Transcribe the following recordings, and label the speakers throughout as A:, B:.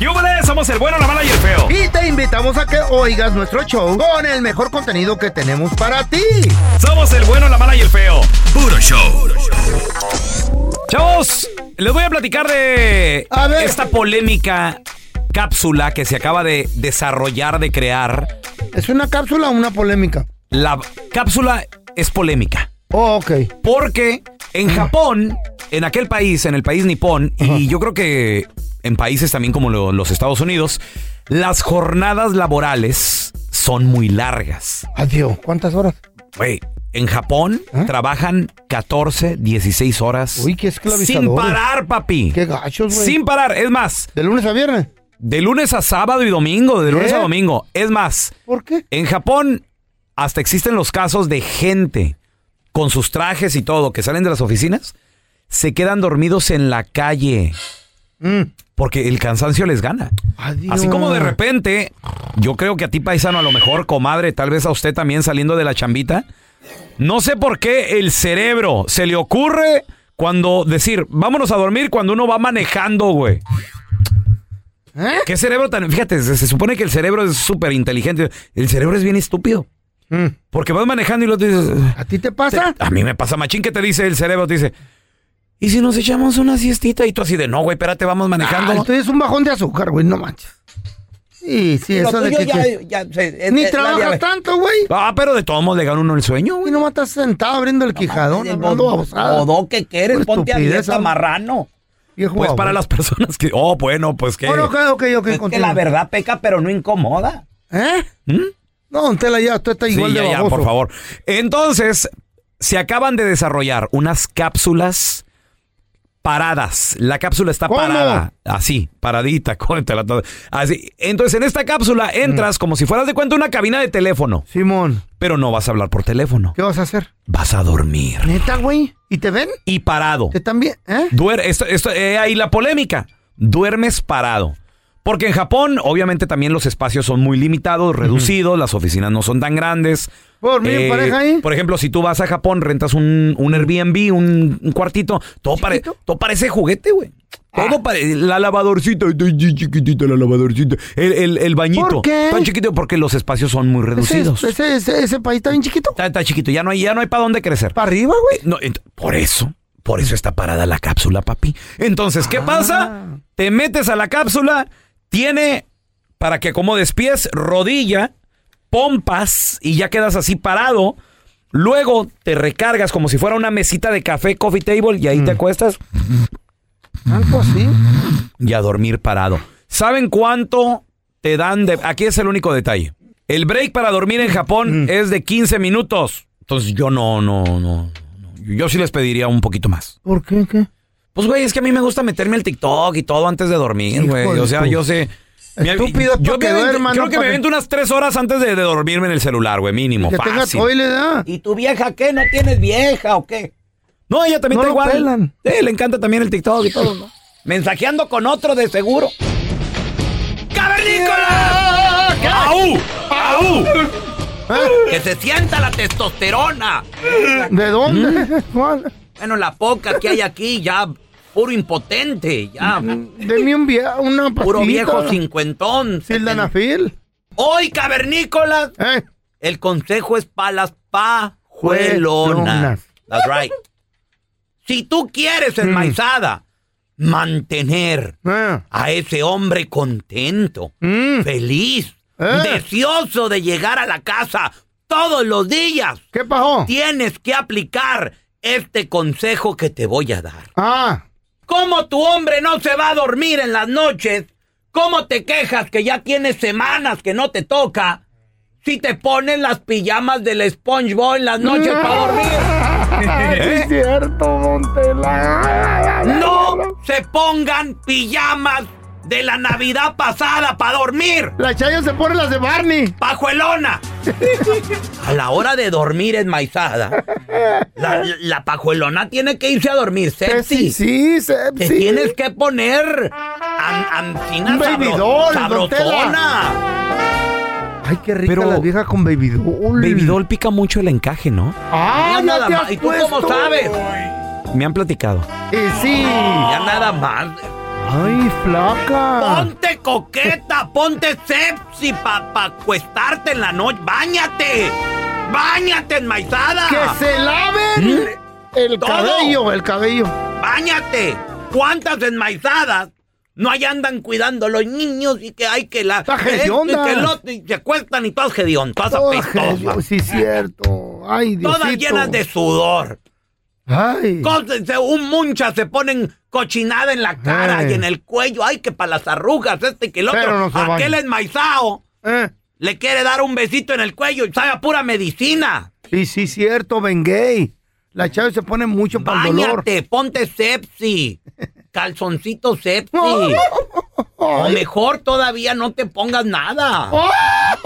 A: ¡Yúbele! Somos el bueno, la mala y el feo.
B: Y te invitamos a que oigas nuestro show con el mejor contenido que tenemos para ti.
A: Somos el bueno, la mala y el feo. Puro show. Chavos, les voy a platicar de
B: A ver.
A: esta polémica cápsula que se acaba de desarrollar, de crear.
B: ¿Es una cápsula o una polémica?
A: La cápsula es polémica.
B: Oh, ok.
A: Porque en Japón, en aquel país, en el país nipón, y yo creo que en países también como lo- los Estados Unidos, las jornadas laborales son muy largas.
B: Adiós. ¿Cuántas horas?
A: Güey, en Japón
B: ¿Ah?
A: trabajan 14, 16 horas.
B: Uy, qué esclavizadores.
A: Sin parar, papi.
B: Qué gachos, güey.
A: sin parar. Es más,
B: ¿De lunes a viernes?
A: de lunes a sábado y domingo, de lunes
B: ¿Eh?
A: a domingo. Es más,
B: ¿Por qué?
A: en Japón hasta existen los casos de gente con sus trajes y todo que salen de las oficinas, se quedan dormidos en la calle
B: Mm.
A: porque el cansancio les gana.
B: Adiós.
A: Así como de repente, yo creo que a ti paisano, a lo mejor comadre, tal vez a usted también saliendo de la chambita, no sé por qué el cerebro se le ocurre cuando decir, vámonos a dormir cuando uno va manejando, güey.
B: ¿Eh?
A: ¿Qué cerebro tan...? Fíjate, se, se supone que el cerebro es súper inteligente. El cerebro es bien estúpido.
B: Mm.
A: Porque vas manejando y lo dices... "Ugh".
B: ¿A ti te pasa?
A: A mí me pasa machín que te dice el cerebro, te dice... ¿Y si nos echamos una siestita? Y tú así de, no, güey, espérate, vamos manejando.
B: Ah, esto es un bajón de azúcar, güey, no manches. Sí, sí, eso de que... que- Ni trabajas tanto, güey.
A: Ah, pero de todos modos le gana uno el sueño,
B: Y
A: güey.
B: nomás estás sentado abriendo el quijadón, hablando babosada.
C: Godó que quieres,
B: Por
C: ponte a
B: estupidez,
C: dieta
B: habla.
C: marrano.
B: Viejo
A: Pues para
B: babón.
A: las personas que... Oh, bueno, pues que...
B: Bueno, ok, ok, ok,
C: Es que
B: continúa.
C: la verdad peca, pero no incomoda.
B: ¿Eh?
A: ¿Mm?
B: No, don Tela, ya, tú estás igual
A: Sí,
B: de
A: ya, ya,
B: baboso.
A: por favor. Entonces, se acaban de desarrollar unas cápsulas paradas. La cápsula está
B: ¿Cómo?
A: parada. Así, paradita, córtela todo. Así. Entonces, en esta cápsula
B: Mm.
A: entras como si fueras de cuenta una cabina de teléfono,
B: Simón,
A: pero no vas a hablar por teléfono.
B: ¿qué vas a hacer?
A: Vas a dormir.
B: ¿Neta, güey? ¿Y te ven?
A: Y parado.
B: ¿Te están bien? ¿Eh?
A: Duer- esto, esto- eh, ahí la polémica. Duermes parado. Porque en Japón, obviamente, también los espacios son muy limitados, reducidos, las oficinas no son tan grandes. Eh,
B: ¿Puedo dormir en pareja ahí?
A: Por ejemplo, si tú vas a Japón, rentas un, un Airbnb, un, un cuartito, todo, pare-
B: ¿Chiquito? Ah.
A: todo parece juguete, güey. Todo pare- la lavadorcita, ay, ay, chiquitita la lavadorcita, el, el- el bañito.
B: ¿Por qué?
A: Tan chiquito porque los espacios son muy
B: Ese,
A: reducidos.
B: ese, ese, ese país está bien chiquito.
A: Está, está chiquito, ya no hay, ya no hay para dónde crecer. Eh,
B: ¿Para arriba, güey?
A: No, ent- por eso, por eso está parada la cápsula, papi. Entonces,
B: Ah.
A: ¿qué pasa? Te metes a la cápsula, tiene para que acomodes pies, rodilla, pompas y ya quedas así parado. Luego te recargas como si fuera una mesita de café, coffee table, y ahí
B: Mm.
A: te acuestas
B: Algo así.
A: y a dormir parado. ¿Saben cuánto te dan de.? Aquí es el único detalle. El break para dormir en
B: Mm.
A: Japón es de 15 minutos. Entonces, yo no, no, no. no. Yo sí les pediría un poquito más.
B: ¿Por qué? ¿Qué?
A: Pues, güey, es que a mí me gusta meterme al TikTok y todo antes de dormir,
B: Hijo
A: güey.
B: de
A: O sea,
B: tu-
A: yo sé.
B: Estúpido, es
A: yo
B: pa' que
A: me avento-
B: duerma,
A: creo
B: no
A: que
B: pa'
A: me
B: que-
A: avento unas tres horas antes de, de dormirme en el celular, güey, mínimo.
B: Que tenga
A: fácil.
B: toile, ¿ah?
C: ¿Y tu vieja qué? ¿No tienes vieja o qué?
A: No, ella también
B: No
A: está
B: lo
A: igual.
B: pelan.
A: Sí, le encanta también el TikTok y todo, ¿no?
C: Mensajeando con otro de seguro.
A: ¡Cavernícola! ¡Au! ¡Au!
B: ¿Eh?
C: Que se sienta la testosterona.
B: ¿De dónde?
A: Mm.
B: ¿Cuál?
C: Bueno, la poca que hay aquí, ya puro impotente, ya
B: Deme un vie- una pastillita.
C: puro viejo cincuentón.
B: Sildanafil.
C: Hoy, cavernícolas,
B: ¿Eh?
C: el consejo es para las pajuelonas.
B: Juelonas. Mm.
C: That's right. Si tú quieres, enmaizada, mantener
B: ¿Eh?
C: a ese hombre contento,
B: Mm.
C: feliz,
B: Eh.
C: deseoso de llegar a la casa todos los días,
B: ¿Qué pasó?
C: tienes que aplicar este consejo que te voy a dar.
B: Ah,
C: ¿Cómo tu hombre no se va a dormir en las noches? ¿Cómo te quejas que ya tienes semanas que no te toca? Si te ponen las pijamas del SpongeBob en las noches para dormir,
B: es cierto, Montela.
C: no se pongan pijamas de la Navidad pasada para dormir.
B: La Chayo se pone las de Barney.
C: ¡Pajuelona! A la hora de dormir es maizada. La, la pajuelona tiene que irse a dormir,
B: Pues Sí,
C: sexy.
B: sí, Sep,
C: Te
B: sí.
C: tienes que poner an, ancina
B: Un baby
C: sabro-
B: doll, don
C: sabrosona.
B: Ay, qué rica
A: Pero-
B: la vieja con Baby Doll.
A: Baby Doll pica mucho el encaje, ¿no?
B: Ah,
C: Ya
B: ya
C: nada
B: te
C: más.
B: has
C: ¿Y tú cómo
B: puesto.
C: sabes?
A: Me han platicado.
B: Y sí.
C: Ya nada más.
B: Ay, flaca.
A: Ponte coqueta, ponte sepsi para pa cuestarte en la noche. Bañate. Bañate enmaizada.
B: Que se laven el
A: ¿Mm? Todo.
B: cabello, el cabello.
A: Báñate. ¿Cuántas enmaizadas? No ahí andan cuidando los niños y que hay que la.
B: Está
A: que esto y
B: hedionda.
A: que el otro, y se cuestan y todas gediondas, todas
B: Oh,
A: apestosas,
B: Jesús, sí, cierto. Ay, Diosito.
A: todas llenas de sudor.
B: Ay.
A: Cosas, se- un muncha se ponen cochinada en la cara
B: Ay.
A: y en el cuello. Ay, que para las arrugas, este que el otro.
B: Eh. Pero no se
A: aquel
B: baña.
A: enmaizao
B: Eh,
A: le quiere dar un besito en el cuello y sabe a pura medicina.
B: Sí, sí, cierto, Bengay. La chave se pone mucho para el dolor.
A: Báñate, ponte sepsi. Calzoncito sepsi. O
B: Ay,
A: mejor todavía no te pongas nada.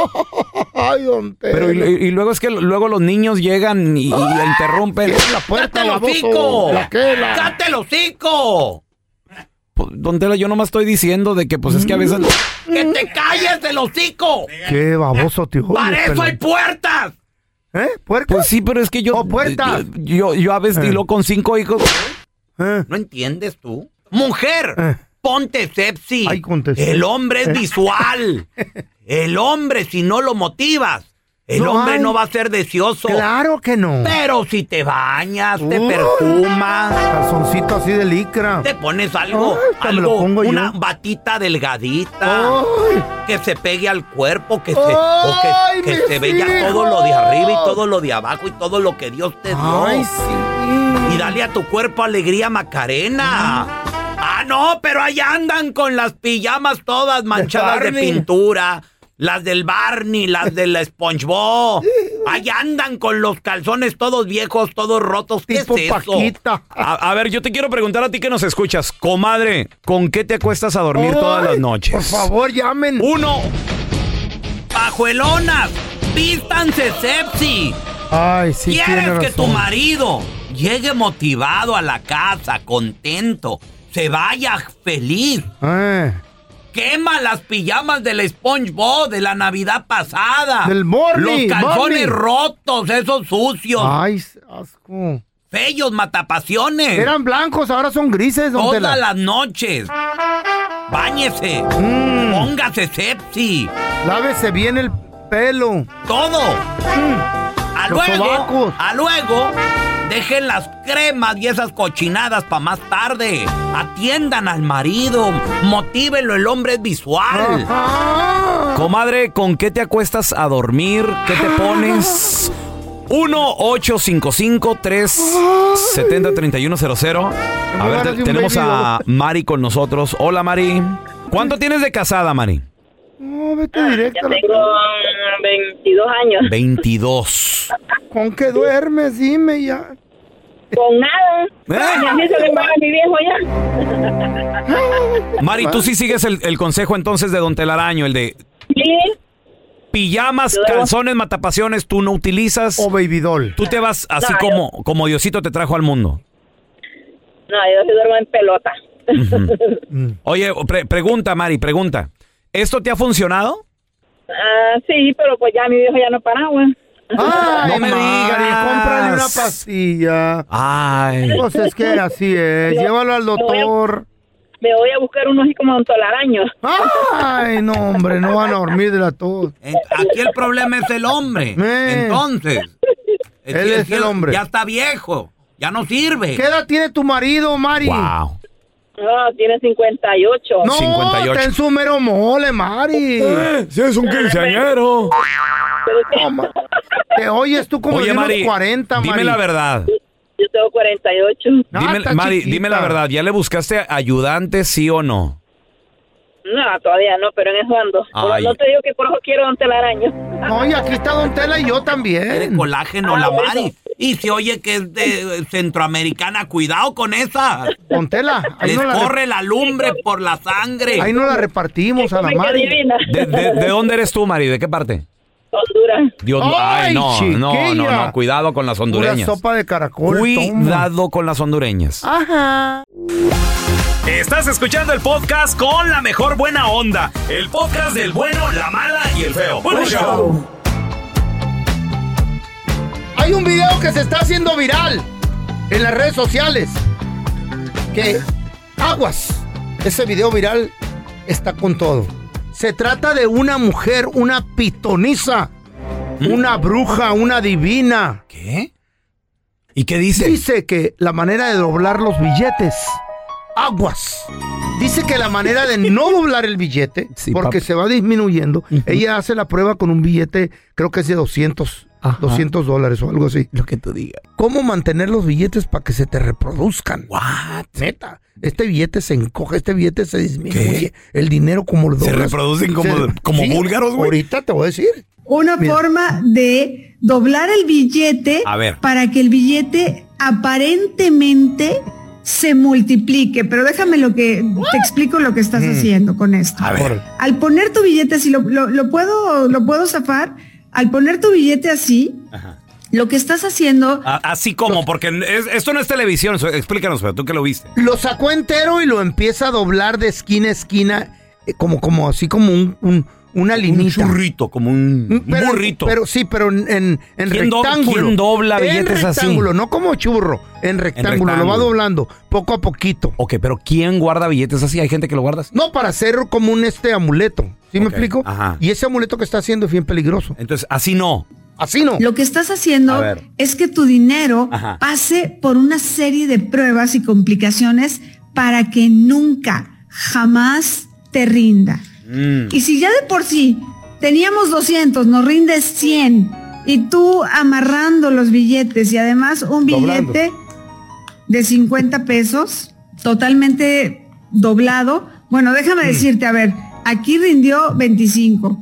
B: ay, don
D: Pero y,
B: Tela.
D: y luego es que luego los niños llegan y, y interrumpen.
B: Cierra la
A: ¡Cállate
B: puerta,
A: el
B: la
A: hocico!
B: La que la-
A: ¡Cállate el hocico!
D: Pues, Don Tela, yo nomás estoy diciendo de que pues es que a veces...
A: ¡Que te calles el hocico!
B: Qué baboso, tío.
A: ¡Para eso hay puertas!
B: ¿Eh? ¿Puerca?
D: Pues sí, pero es que yo...
B: O puertas.
D: Yo, yo a veces
B: Eh.
D: dilo con cinco hijos...
B: Eh,
A: ¿No entiendes tú? ¡Mujer!
B: Eh.
A: ¡Ponte sepsi!
B: Ay, contesté. Eh.
A: el hombre es visual. El hombre, si no lo motivas, el
B: No
A: hombre
B: hay.
A: no va a ser deseoso.
B: Claro que no.
A: Pero si te bañas, te
B: Uh.
A: perfumas,
B: Calzoncito así de licra.
A: te pones algo,
B: Ay, hasta me lo
A: algo,
B: pongo yo. Oh.
A: una batita delgadita.
B: Ay,
A: que se pegue al cuerpo, que se,
B: ¡Ay,
A: o que, que
B: mis
A: se vea todo lo de arriba y todo lo de abajo y todo lo que Dios te dio.
B: ay, sí.
A: Y dale a tu cuerpo alegría Macarena. Ah, no, pero ahí andan con las pijamas todas manchadas de,
B: Barney.
A: pintura. Las del Barney, las del SpongeBob. Ahí andan con los calzones todos viejos, todos rotos. ¿Qué
B: Tipo
A: es eso?
B: Paquita.
D: A, a ver, yo te quiero preguntar a ti que nos escuchas. Comadre, ¿con qué te acuestas a dormir todas
B: Ay,
D: las noches? Uh.
B: Por favor, llamen.
D: Uno,
A: Pajuelonas, vístanse sepsi.
B: Ay, sí, tiene
A: ¿Quieres que
B: razón.
A: tu marido llegue motivado a la casa, contento, se vaya feliz?
B: Eh,
A: Quema las pijamas del SpongeBob de la Navidad pasada.
B: Del Barney,
A: Los calzones
B: Barney.
A: rotos, esos sucios.
B: Ay, asco.
A: Feos, matapasiones.
B: Eran blancos, ahora son grises, don
A: Todas
B: Tela.
A: las noches. Báñese.
B: Mm,
A: Póngase sepsi.
B: lávese bien el pelo.
A: Todo.
D: Mm.
A: A
B: Los
A: luego,
B: sobacos.
A: a luego, dejen las cremas y esas cochinadas para más tarde. Atiendan al marido, motívenlo, el hombre es visual.
B: Ajá.
D: Ah. comadre, ¿con qué te acuestas a dormir? ¿Qué te pones?
A: Ah.
D: 1-855-370-3100. A
B: Me
D: ver,
B: van a
D: te-
B: hacer un
D: tenemos
B: baby
D: a Mari con nosotros. Hola, Mari. ¿Cuánto tienes de casada, Mari?
B: No, vete directo. a la-
E: Tengo mm, 22 años.
D: 22.
B: ¿Con qué duermes? Dime ya.
E: Con nada.
D: ¿Eh?
E: Así se lo paga mi viejo ya.
D: Mari, tú sí sigues el, el consejo entonces de Don Telaraño, el de
E: Sí,
D: pijamas, calzones, matapaciones, tú no utilizas.
B: O baby doll.
D: Tú te vas así
E: No, yo-
D: como, como Diosito te trajo al mundo.
E: no, yo sí duermo en pelota.
B: Mm.
D: Oye, pre- pregunta, Mari, pregunta. ¿Esto te ha funcionado?
E: Ah, sí, pero pues ya mi viejo ya no paraguas.
D: Ah.
B: Ay,
D: No me
B: Mari,
D: digas.
B: Cómprale una pastilla.
D: Ay.
B: Pues es que así es. Llévalo al doctor.
E: Me voy a buscar uno así como un tolaraño.
B: Ay, no, hombre, no van a dormir de la tos.
A: En- Aquí el problema es el hombre.
B: Eh.
A: Entonces, es
B: Él
A: que-
B: es el hombre.
A: Ya está viejo, ya no sirve.
B: ¿Qué edad tiene tu marido, Mari?
D: Wow.
E: No, tiene 58.
B: No,
D: 58.
B: está en su mero mole, Mari.
D: Eh, Si es un quinceañero.
B: Toma. Te oyes tú como
D: Oye,
B: de unos
D: Mari,
B: 40, Mari.
D: dime la verdad.
E: Yo tengo 48.
B: No,
D: Dime-
B: está
D: Mari,
B: chiquita.
D: dime la verdad. ¿Ya le buscaste ayudante, sí o no?
E: No, todavía no, pero en eso ando. Por-
D: Ay.
E: No te digo que por eso quiero un telaraño.
B: No, y aquí está Don Tela y
A: Quiere
B: yo también.
A: colágeno la Mari. Y se oye que es de eh, centroamericana. Cuidado con esa.
B: Don Tela, ahí
A: Les
B: no, la re-
A: corre la lumbre por la sangre.
B: ahí no la repartimos a la
E: Me quedé
B: Mari.
E: divina.
D: ¿De, de- de dónde eres tú, Mari? ¿De qué parte?
E: Honduras.
D: Dios, ay,
B: Ay,
D: no, no, no,
B: chiquilla.
D: no. Cuidado con las
B: Una
D: hondureñas.
B: sopa de caracol. toma.
D: Cuidado con las hondureñas.
B: Ajá.
D: Estás escuchando el podcast con la mejor buena onda. El podcast del bueno, la mala y el feo. Bueno,
B: Hay un video que se está haciendo viral en las redes sociales. Que aguas. Ese video viral está con todo. Se trata de una mujer, una pitoniza, una bruja, una divina.
A: ¿Qué? ¿Y qué dice?
B: Dice que la manera de doblar los billetes, aguas. Dice que la manera de no doblar el billete,
A: Sí,
B: porque
A: papi.
B: se va disminuyendo, ella hace la prueba con un billete, creo que es de 200,
A: Ajá.
B: 200 dólares o algo así.
A: Lo que tú digas.
B: ¿Cómo mantener los billetes para que se te reproduzcan?
A: What?
B: Neta, este billete se encoge, este billete se disminuye, el dinero como lo
A: Se
B: doblas.
A: reproducen como- como búlgaros, güey.
B: Ahorita te voy a decir.
F: una
B: Mira.
F: forma de doblar el billete
A: A ver.
F: para que el billete aparentemente se multiplique. Pero déjame lo que te explico lo que estás haciendo con esto.
A: Mm. A ver.
F: Al poner tu billete, si lo, lo- lo puedo, lo puedo zafar, al poner tu billete así, lo que estás haciendo
A: A- Así como, porque es- esto no es televisión. eso- Explícanos, pero tú que lo viste.
B: Lo sacó entero y lo empieza a doblar de esquina a esquina, eh, como, como así como un, un- una
A: Un
B: linita.
A: churrito, como un,
B: Un-
A: un burrito.
B: Pero sí, pero en, en, en
A: ¿Quién do-
B: rectángulo.
A: quién dobla
B: en
A: billetes así?
B: rectángulo, no como churro, en rectángulo, lo va
A: rectángulo.
B: doblando poco a poquito.
A: ok, pero ¿quién guarda billetes así? ¿Hay gente que lo guarda así?
B: No para hacer como un este amuleto, ¿sí me
A: Ok,
B: explico?
A: ajá.
B: Y ese amuleto que está haciendo es bien peligroso.
A: Entonces, así no.
B: Así no.
F: Lo que estás
A: A
F: haciendo
A: ver.
F: es que tu dinero
A: Ajá.
F: pase por una serie de pruebas y complicaciones para que nunca, jamás te rinda.
A: Mm.
F: Y si ya de por sí teníamos 200, nos rindes 100 y tú amarrando los billetes y además un
B: Doblando.
F: billete de 50 pesos totalmente doblado. Bueno, déjame decirte, a ver, aquí rindió 25.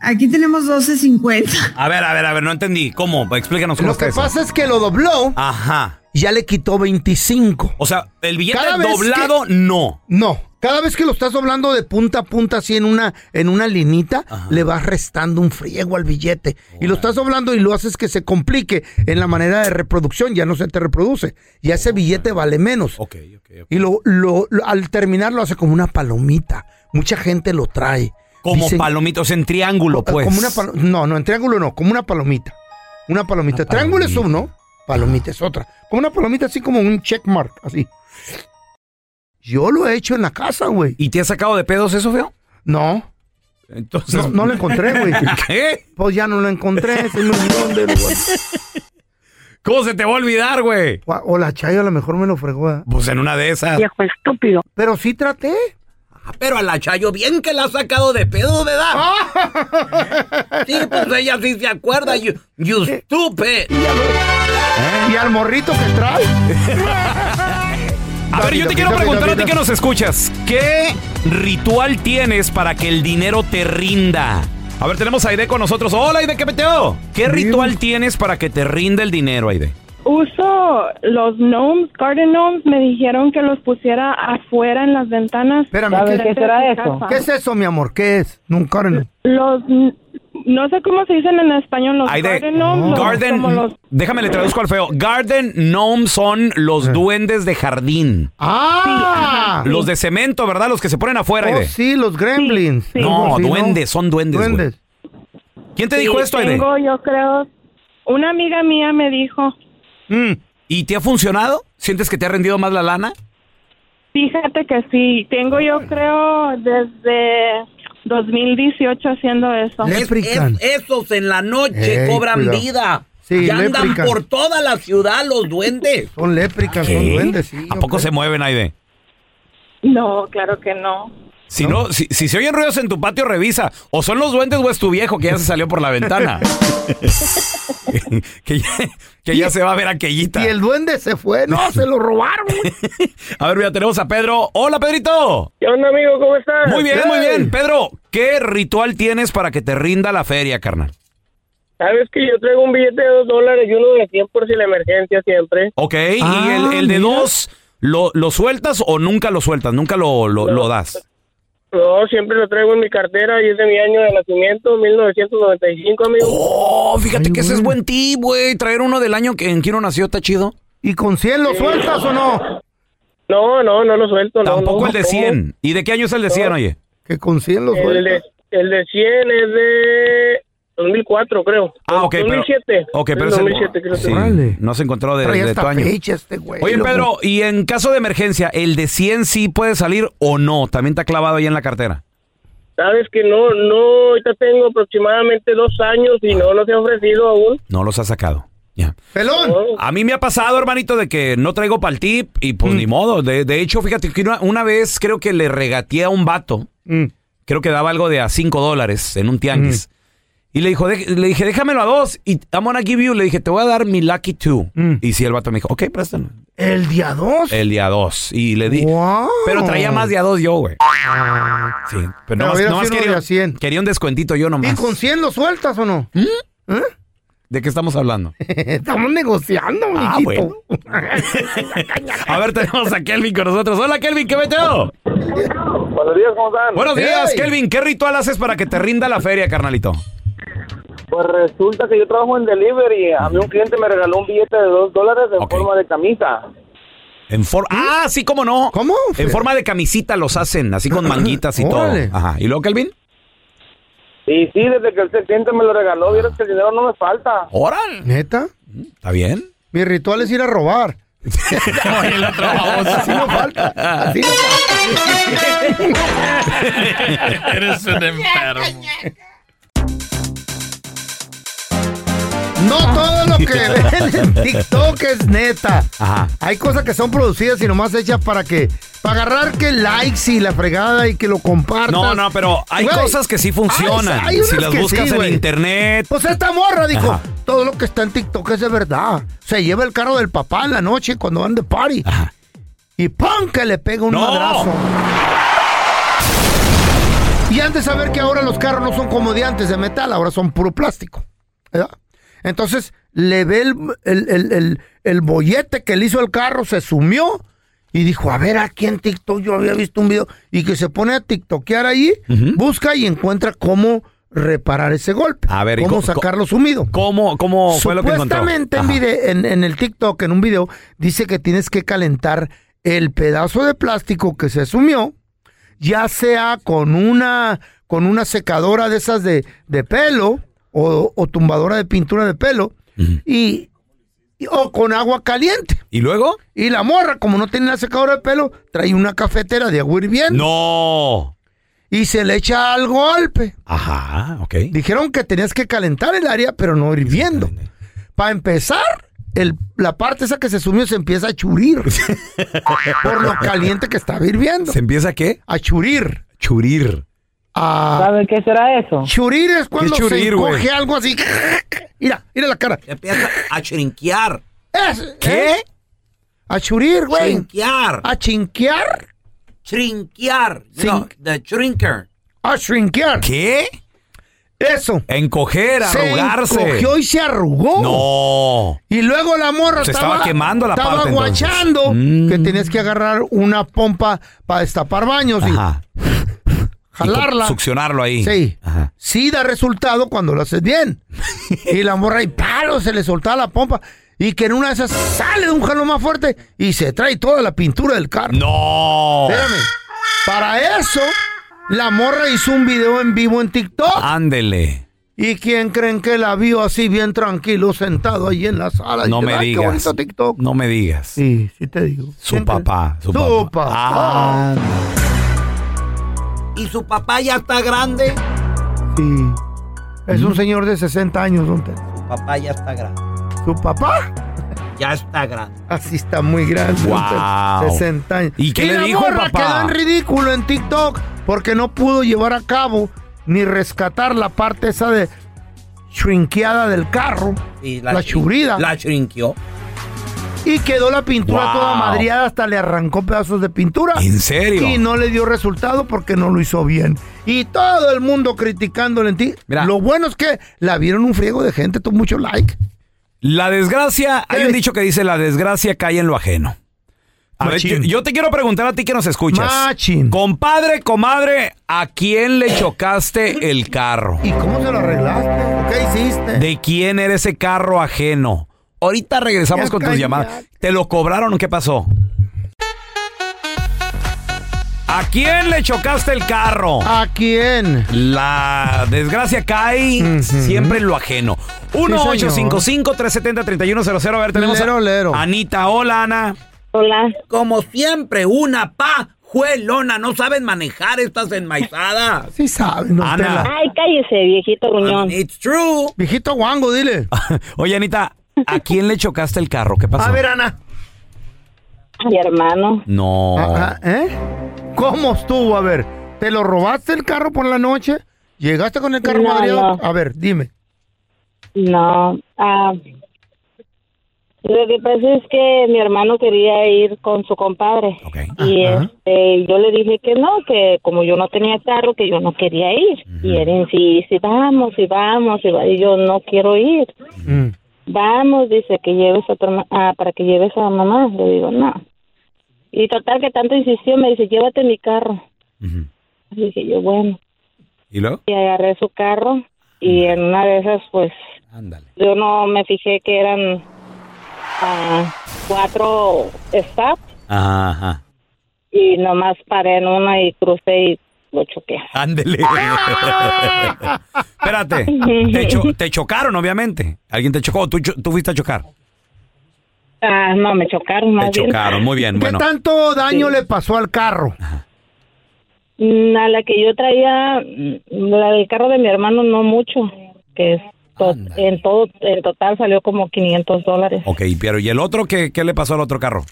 F: Aquí tenemos 12.50.
A: A ver, a ver, a ver, no entendí. ¿Cómo? Explícanos cómo
B: Lo que
A: está eso.
B: pasa es que lo dobló,
A: Ajá.
B: y ya le quitó 25.
A: O sea, el billete
B: Cada vez
A: doblado, no.
B: No, cada vez que lo estás doblando de punta a punta así en una en una linita, le vas restando un friego al billete y lo estás doblando y lo haces que se complique en la manera de reproducción, ya no se te reproduce, ya ese billete vale menos.
A: Ok, ok, ok.
B: Y lo, lo- lo- al terminar lo hace como una palomita. Mucha gente lo trae.
A: Como
B: Dicen-
A: palomitos en triángulo, pues.
B: Ah, Como una palo- no, no, en triángulo no, como una palomita. Una
A: Una
B: palomita. triángulo es
A: palomita.
B: uno, palomita es otra. Como una palomita así como un checkmark, así. Yo lo he hecho en la casa, güey.
A: ¿Y te has sacado de pedos eso, feo?
B: No, pues
A: Entonces.
B: no, no lo encontré, güey.
A: ¿Qué?
B: Pues ya no lo encontré, se me olvidó dónde lo guardé.
A: ¿Cómo se te va a olvidar, güey?
B: O la chayo a lo mejor me lo fregó. ¿eh?
A: Pues en una de esas.
G: Viejo estúpido.
B: Pero sí traté.
C: Ah, Pero a la Chayo, bien que la ha sacado de pedo, ¿verdad? Sí, pues ella sí se acuerda. You, you stupid.
A: Ah.
B: Y al morrito que trae.
A: A ver, yo te quiero preguntar a ti que nos escuchas. ¿Qué ritual tienes para que el dinero te rinda? A ver, tenemos a Aide con nosotros. Hola, Aide, ¿qué peteo? ¿Qué ritual tienes para que te rinda el dinero, Aide?
G: Uso los gnomes, garden gnomes, me dijeron que los pusiera afuera en las ventanas.
B: Espérame, ¿qué-
G: ¿qué será eso?
B: ¿Qué es eso, mi amor? ¿Qué es? Nunca. no.
G: Los, no sé cómo se dicen en español, los
A: Aide,
G: garden gnomes. los-
A: Garden,
G: como los-
A: déjame le traduzco al feo. Garden Gnomes son
C: Mm.
A: los duendes de jardín.
B: ¡Ah!
A: Los de cemento, ¿verdad? Los que se ponen afuera,
B: Oh,
A: Aide.
B: sí, los gremlins.
G: Sí, sí.
A: No, duendes, son duendes, güey.
B: Duendes.
A: ¿Quién te
G: Sí,
A: dijo esto, Aide?
G: Tengo, yo creo, una amiga mía me dijo,
B: Mm.
A: ¿Y te ha funcionado? ¿Sientes que te ha rendido más la lana?
G: fíjate que sí, tengo yo creo desde 2018 haciendo eso.
B: Le- Leprechaun.
C: esos en la noche
B: Ey,
C: cobran
B: cuidado.
C: vida.
B: Sí,
C: y andan
B: Leprechaun.
C: por toda la ciudad los duendes.
B: Son lépricas, son
A: ¿Qué?
B: duendes, sí.
A: ¿A poco se mueven, Aide?
G: No, claro que no.
A: Si no, si, si se oyen ruidos en tu patio, revisa. O son los duendes o es tu viejo que ya se salió por la ventana. que ya, que ya se va a ver aquellita.
B: Y el duende se fue, no, se lo robaron. güey.
A: A ver, mira, tenemos a Pedro. Hola, Pedrito.
E: ¿Qué onda, amigo? ¿Cómo estás?
A: Muy bien,
B: Hey.
A: muy bien. Pedro, ¿qué ritual tienes para que te rinda la feria, carnal?
E: Sabes que yo traigo un billete de dos dólares y uno de 100 por si la emergencia siempre.
A: Ok,
B: Ah,
A: y el, el de
B: mira.
A: dos, ¿lo, lo sueltas o nunca lo sueltas? Nunca lo, lo, lo das.
E: No, siempre lo traigo en mi cartera y es de mi año de nacimiento, 1995, amigo.
A: Oh, fíjate
B: Ay,
A: que ese es
B: güey.
A: buen tip, güey. Traer uno del año que en que uno nació está chido.
B: ¿Y con 100 lo sueltas o no?
E: No, no, no lo suelto. no,
A: Tampoco
E: no,
A: el de
E: no.
A: 100. ¿Y de qué año es el de 100, oye?
B: Que con 100 lo
E: El de,
B: sueltas.
E: el de 100 es de 2004, creo.
A: Ah, ok,
E: 2007.
A: pero. Ok, pero
E: Es
A: es el-
E: 2007, creo.
A: sí,
B: Órale.
A: No se encontró de,
B: Traía
A: de tu
B: hasta
A: año.
B: fecha este güey.
A: Oye,
B: loco.
A: Pedro, y en caso de emergencia, ¿el de 100 sí puede salir o no? También está clavado ahí en la cartera.
E: Sabes que no, no, ahorita tengo aproximadamente dos años y no, no se ha ofrecido aún.
A: No los ha sacado. Ya.
B: Pelón.
E: No.
A: A mí me ha pasado, hermanito, de que no traigo para el tip y
B: Mm.
A: pues ni modo. De, de hecho, fíjate que una, una vez creo que le regateé a un vato,
B: Mm.
A: creo que daba algo de a 5 dólares en un tianguis.
B: Mm.
A: Y le, dijo, "Dej- le dije, déjamelo a dos. Y I'm gonna give you. Le dije, te voy a dar mi lucky two.
B: Mm.
A: Y sí, el vato me dijo, ok, préstalo.
B: El día 2.
A: El día dos. Y le di.
B: Wow.
A: Pero traía más de a dos yo, güey. Sí, pero
B: Pero
A: no más,
B: hubiera sido uno
A: quería,
B: de a 100.
A: quería un descuentito yo
B: ¿Y
A: nomás.
B: con 100 lo sueltas o no?
A: Mm. ¿De qué estamos hablando?
B: Estamos negociando,
A: Ah,
B: mijito.
A: A ver, tenemos a Kelvin con nosotros. Hola, Kelvin, ¿qué meteo?
E: Buenos días, ¿cómo están?
A: Buenos días,
B: Hey.
A: Kelvin. ¿Qué ritual haces para que te rinda la feria, carnalito?
E: Pues resulta que yo trabajo en delivery. A mí un cliente me regaló un billete de dos dólares en
A: Ok.
E: forma de camisa.
A: En forma. Ah, sí, cómo no.
B: ¿Mm? ¿Cómo?
A: En forma de camisita los hacen, así con manguitas y todo.
B: Órale.
A: Ajá. ¿Y luego, Kelvin?
E: Y sí, desde que el cliente me lo regaló, vieron que el dinero no me falta.
A: Oral.
B: ¿Neta?
A: ¿Está bien?
B: Mi ritual es ir a robar. Así no falta. Así no falta.
H: Eres un enfermo.
B: No todo lo que ven en TikTok es neta.
A: Ajá.
B: Hay cosas que son producidas y nomás hechas para que. Para agarrar que likes y la fregada y que lo compartas.
A: No, no, pero hay
B: Güey,
A: cosas que sí funcionan.
B: hay- hay
A: si
B: unas
A: las
B: que
A: buscas
B: sí,
A: en
B: güey.
A: internet.
B: Pues esta morra dijo,
A: Ajá.
B: todo lo que está en TikTok es de verdad. Se lleva el carro del papá en la noche cuando van de party.
A: Ajá.
B: Y ¡pam! que le pega un
A: ¡No!
B: madrazo. Y antes de saber que ahora los carros no son como de antes de metal, ahora son puro plástico. ¿verdad? Entonces le ve el, el, el- el- el bollete que le hizo el carro, se sumió y dijo, a ver, aquí en TikTok yo había visto un video y que se pone a tiktokear ahí, busca y encuentra cómo reparar ese golpe,
A: A ver, ¿y
B: cómo
A: cómo-
B: sacarlo sumido.
A: ¿Cómo, cómo fue lo que encontró?
B: Supuestamente en,
A: Ajá.
B: vide- en, en el TikTok, en un video, dice que tienes que calentar el pedazo de plástico que se sumió, ya sea con una, con una secadora de esas de, de pelo o, o tumbadora de pintura de pelo y, y- o con agua caliente.
A: ¿Y luego?
B: Y la morra, como no tiene la secadora de pelo, trae una cafetera de agua hirviendo
A: No.
B: y se le echa al golpe.
A: Ajá, ok.
B: Dijeron que tenías que calentar el área, pero no hirviendo. Para empezar, el- la parte esa que se sumió se empieza a churir. por lo caliente que estaba hirviendo.
A: ¿Se empieza qué?
B: A churir.
A: Churir.
B: A
I: ¿Saben qué será eso?
B: churir es cuando
A: ¿Qué churir,
B: se
A: güey?
B: coge algo así. Mira, mira la cara.
C: Empieza a chrinquear,
B: Es-
A: ¿Qué?
B: es A churir, güey.
C: chrinquear,
B: A chinquear.
C: chrinquear.
B: Sí.
C: No, the shrinker.
B: A shrinquear.
A: ¿Qué?
B: Eso.
A: Encoger,
B: Se
A: arrugarse.
B: encogió y se arrugó.
A: No.
B: Y luego la morra
A: Se estaba quemando la
B: estaba
A: parte, entonces.
B: guachando
A: Mm.
B: que tenías que agarrar una pompa para destapar baños
A: Ajá.
B: y jalarla.
A: Y Succionarlo ahí.
B: Sí.
A: Ajá.
B: Sí da resultado cuando lo haces bien. y la morra y palo se le soltaba la pompa y que en una de esas sale de un jalón más fuerte y se trae toda la pintura del carro.
A: No.
B: Espérame. Para eso la morra hizo un video en vivo en TikTok.
A: Ah. Ándele.
B: ¿Y quién creen que la vio así bien tranquilo sentado ahí en la sala?
A: No
B: Y
A: me
B: ay, Qué
A: digas.
B: bonito TikTok.
A: No me digas.
B: Sí, sí te digo.
A: Su papá. Su papá.
B: Tu papá.
A: Ah.
C: Y su papá ya está grande.
B: Sí. Es
A: Mm.
B: un señor de 60 años, don Tel.
C: Su papá ya está grande.
B: ¿Su papá?
C: Ya está grande.
B: Así está muy grande. don Tel.
A: Guau.
B: 60 años.
A: ¿Y qué le
B: la
A: dijo el
B: morra
A: papá?
B: quedó en ridículo en TikTok porque no pudo llevar a cabo ni rescatar la parte esa de shrinkeada del carro.
C: Y
B: La
C: chrin-
B: churrida.
C: La chrinqueó.
B: Y quedó la
A: Wow.
B: pintura toda madriada, hasta le arrancó pedazos de pintura.
A: ¿En serio?
B: Y no le dio resultado porque no lo hizo bien. Y todo el mundo criticándole en ti.
A: Mira.
B: Lo bueno es que la vieron un friego de gente, tuvo mucho like.
A: La desgracia, hay un dicho que dice, la desgracia cae en lo ajeno. A ver, yo,
B: Machín.
A: yo te quiero preguntar a ti que nos escuchas.
B: Machín.
A: Compadre, comadre, ¿a quién le chocaste el carro?
B: ¿Y cómo se lo arreglaste? ¿Qué hiciste?
A: ¿De quién era ese carro ajeno? Ahorita regresamos
B: Ya
A: con tus
B: cállate.
A: llamadas. ¿Te lo cobraron? o ¿Qué pasó? ¿A quién le chocaste el carro?
B: ¿A quién?
A: La desgracia cae siempre en lo ajeno.
B: Sí, señor.
A: 1-855-370-3100. A ver, tenemos a-
B: Lero, lero.
A: Anita. Hola, Ana.
G: Hola.
C: Como siempre, una pajuelona. No saben manejar estas enmaizadas.
B: Sí saben, don
A: Ana.
B: Tela.
G: Ay, cállese, viejito gruñón.
C: It's true.
B: Viejito guango, dile.
A: Oye, Anita, ¿a quién le chocaste el carro? ¿Qué pasó?
B: A ver, Ana.
G: Mi hermano.
A: No.
C: Oh.
B: Ah, ah, ¿Eh? ¿Cómo estuvo? A ver, ¿te lo robaste el carro por la noche? ¿Llegaste con el carro
G: No,
B: madreado?
G: no.
B: A ver, dime.
G: No. ah, lo que pasa es que mi hermano quería ir con su compadre.
A: Ok.
G: Y
B: Ajá.
G: este, yo le dije que no, que como yo no tenía carro, que yo no quería ir. Y él en sí, sí, vamos, y vamos, y, va- y yo no quiero ir.
B: Mm.
G: Vamos, dice que lleves a tu herma- ah, para que lleves a mamá. Le digo, no. Y total que tanto insistió, me dice, llévate mi carro.
A: Ujú.
G: Y dije yo, bueno.
A: ¿Y luego?
G: Y agarré su carro y
A: Mm.
G: en una de esas, pues,
A: Ándale.
G: yo no me fijé que eran ah, cuatro stops
A: Ajá.
G: y nomás paré en una y crucé y lo choqué.
A: Ándale. Espérate. Te, cho- te chocaron, obviamente. Alguien te chocó. Tú, cho- tú fuiste a chocar.
G: Ah, no, me chocaron
A: Te
G: más bien.
A: chocaron. Muy bien.
B: ¿Qué
A: Bueno.
B: tanto daño le pasó al carro?
G: Mm, A la que yo traía, mm, la del carro de mi hermano, no mucho, que es to-
A: Ándale.
G: en todo, en total salió como 500 dólares.
A: Ok, pero ¿y el otro qué, qué le pasó al otro carro?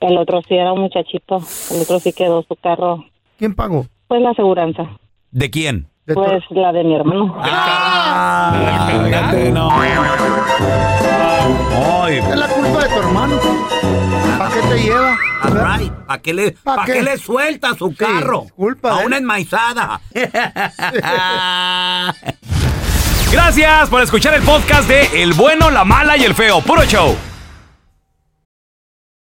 G: El otro sí era un muchachito, el otro sí quedó su carro,
B: ¿Quién pagó?
G: pues la aseguranza,
A: ¿De quién?
B: De tu-
G: pues la de mi hermano.
A: Ah, fíjate, no. Ay,
B: Es la culpa de tu hermano. ¿Para qué te lleva?
C: All right. ¿Para qué le,
B: ¿Pa'
C: pa'
B: qué?
C: qué le suelta su carro?
B: disculpa,
C: A
B: ¿eh?
C: una enmaizada.
A: Gracias por escuchar el podcast de El bueno, la mala y el feo. Puro show.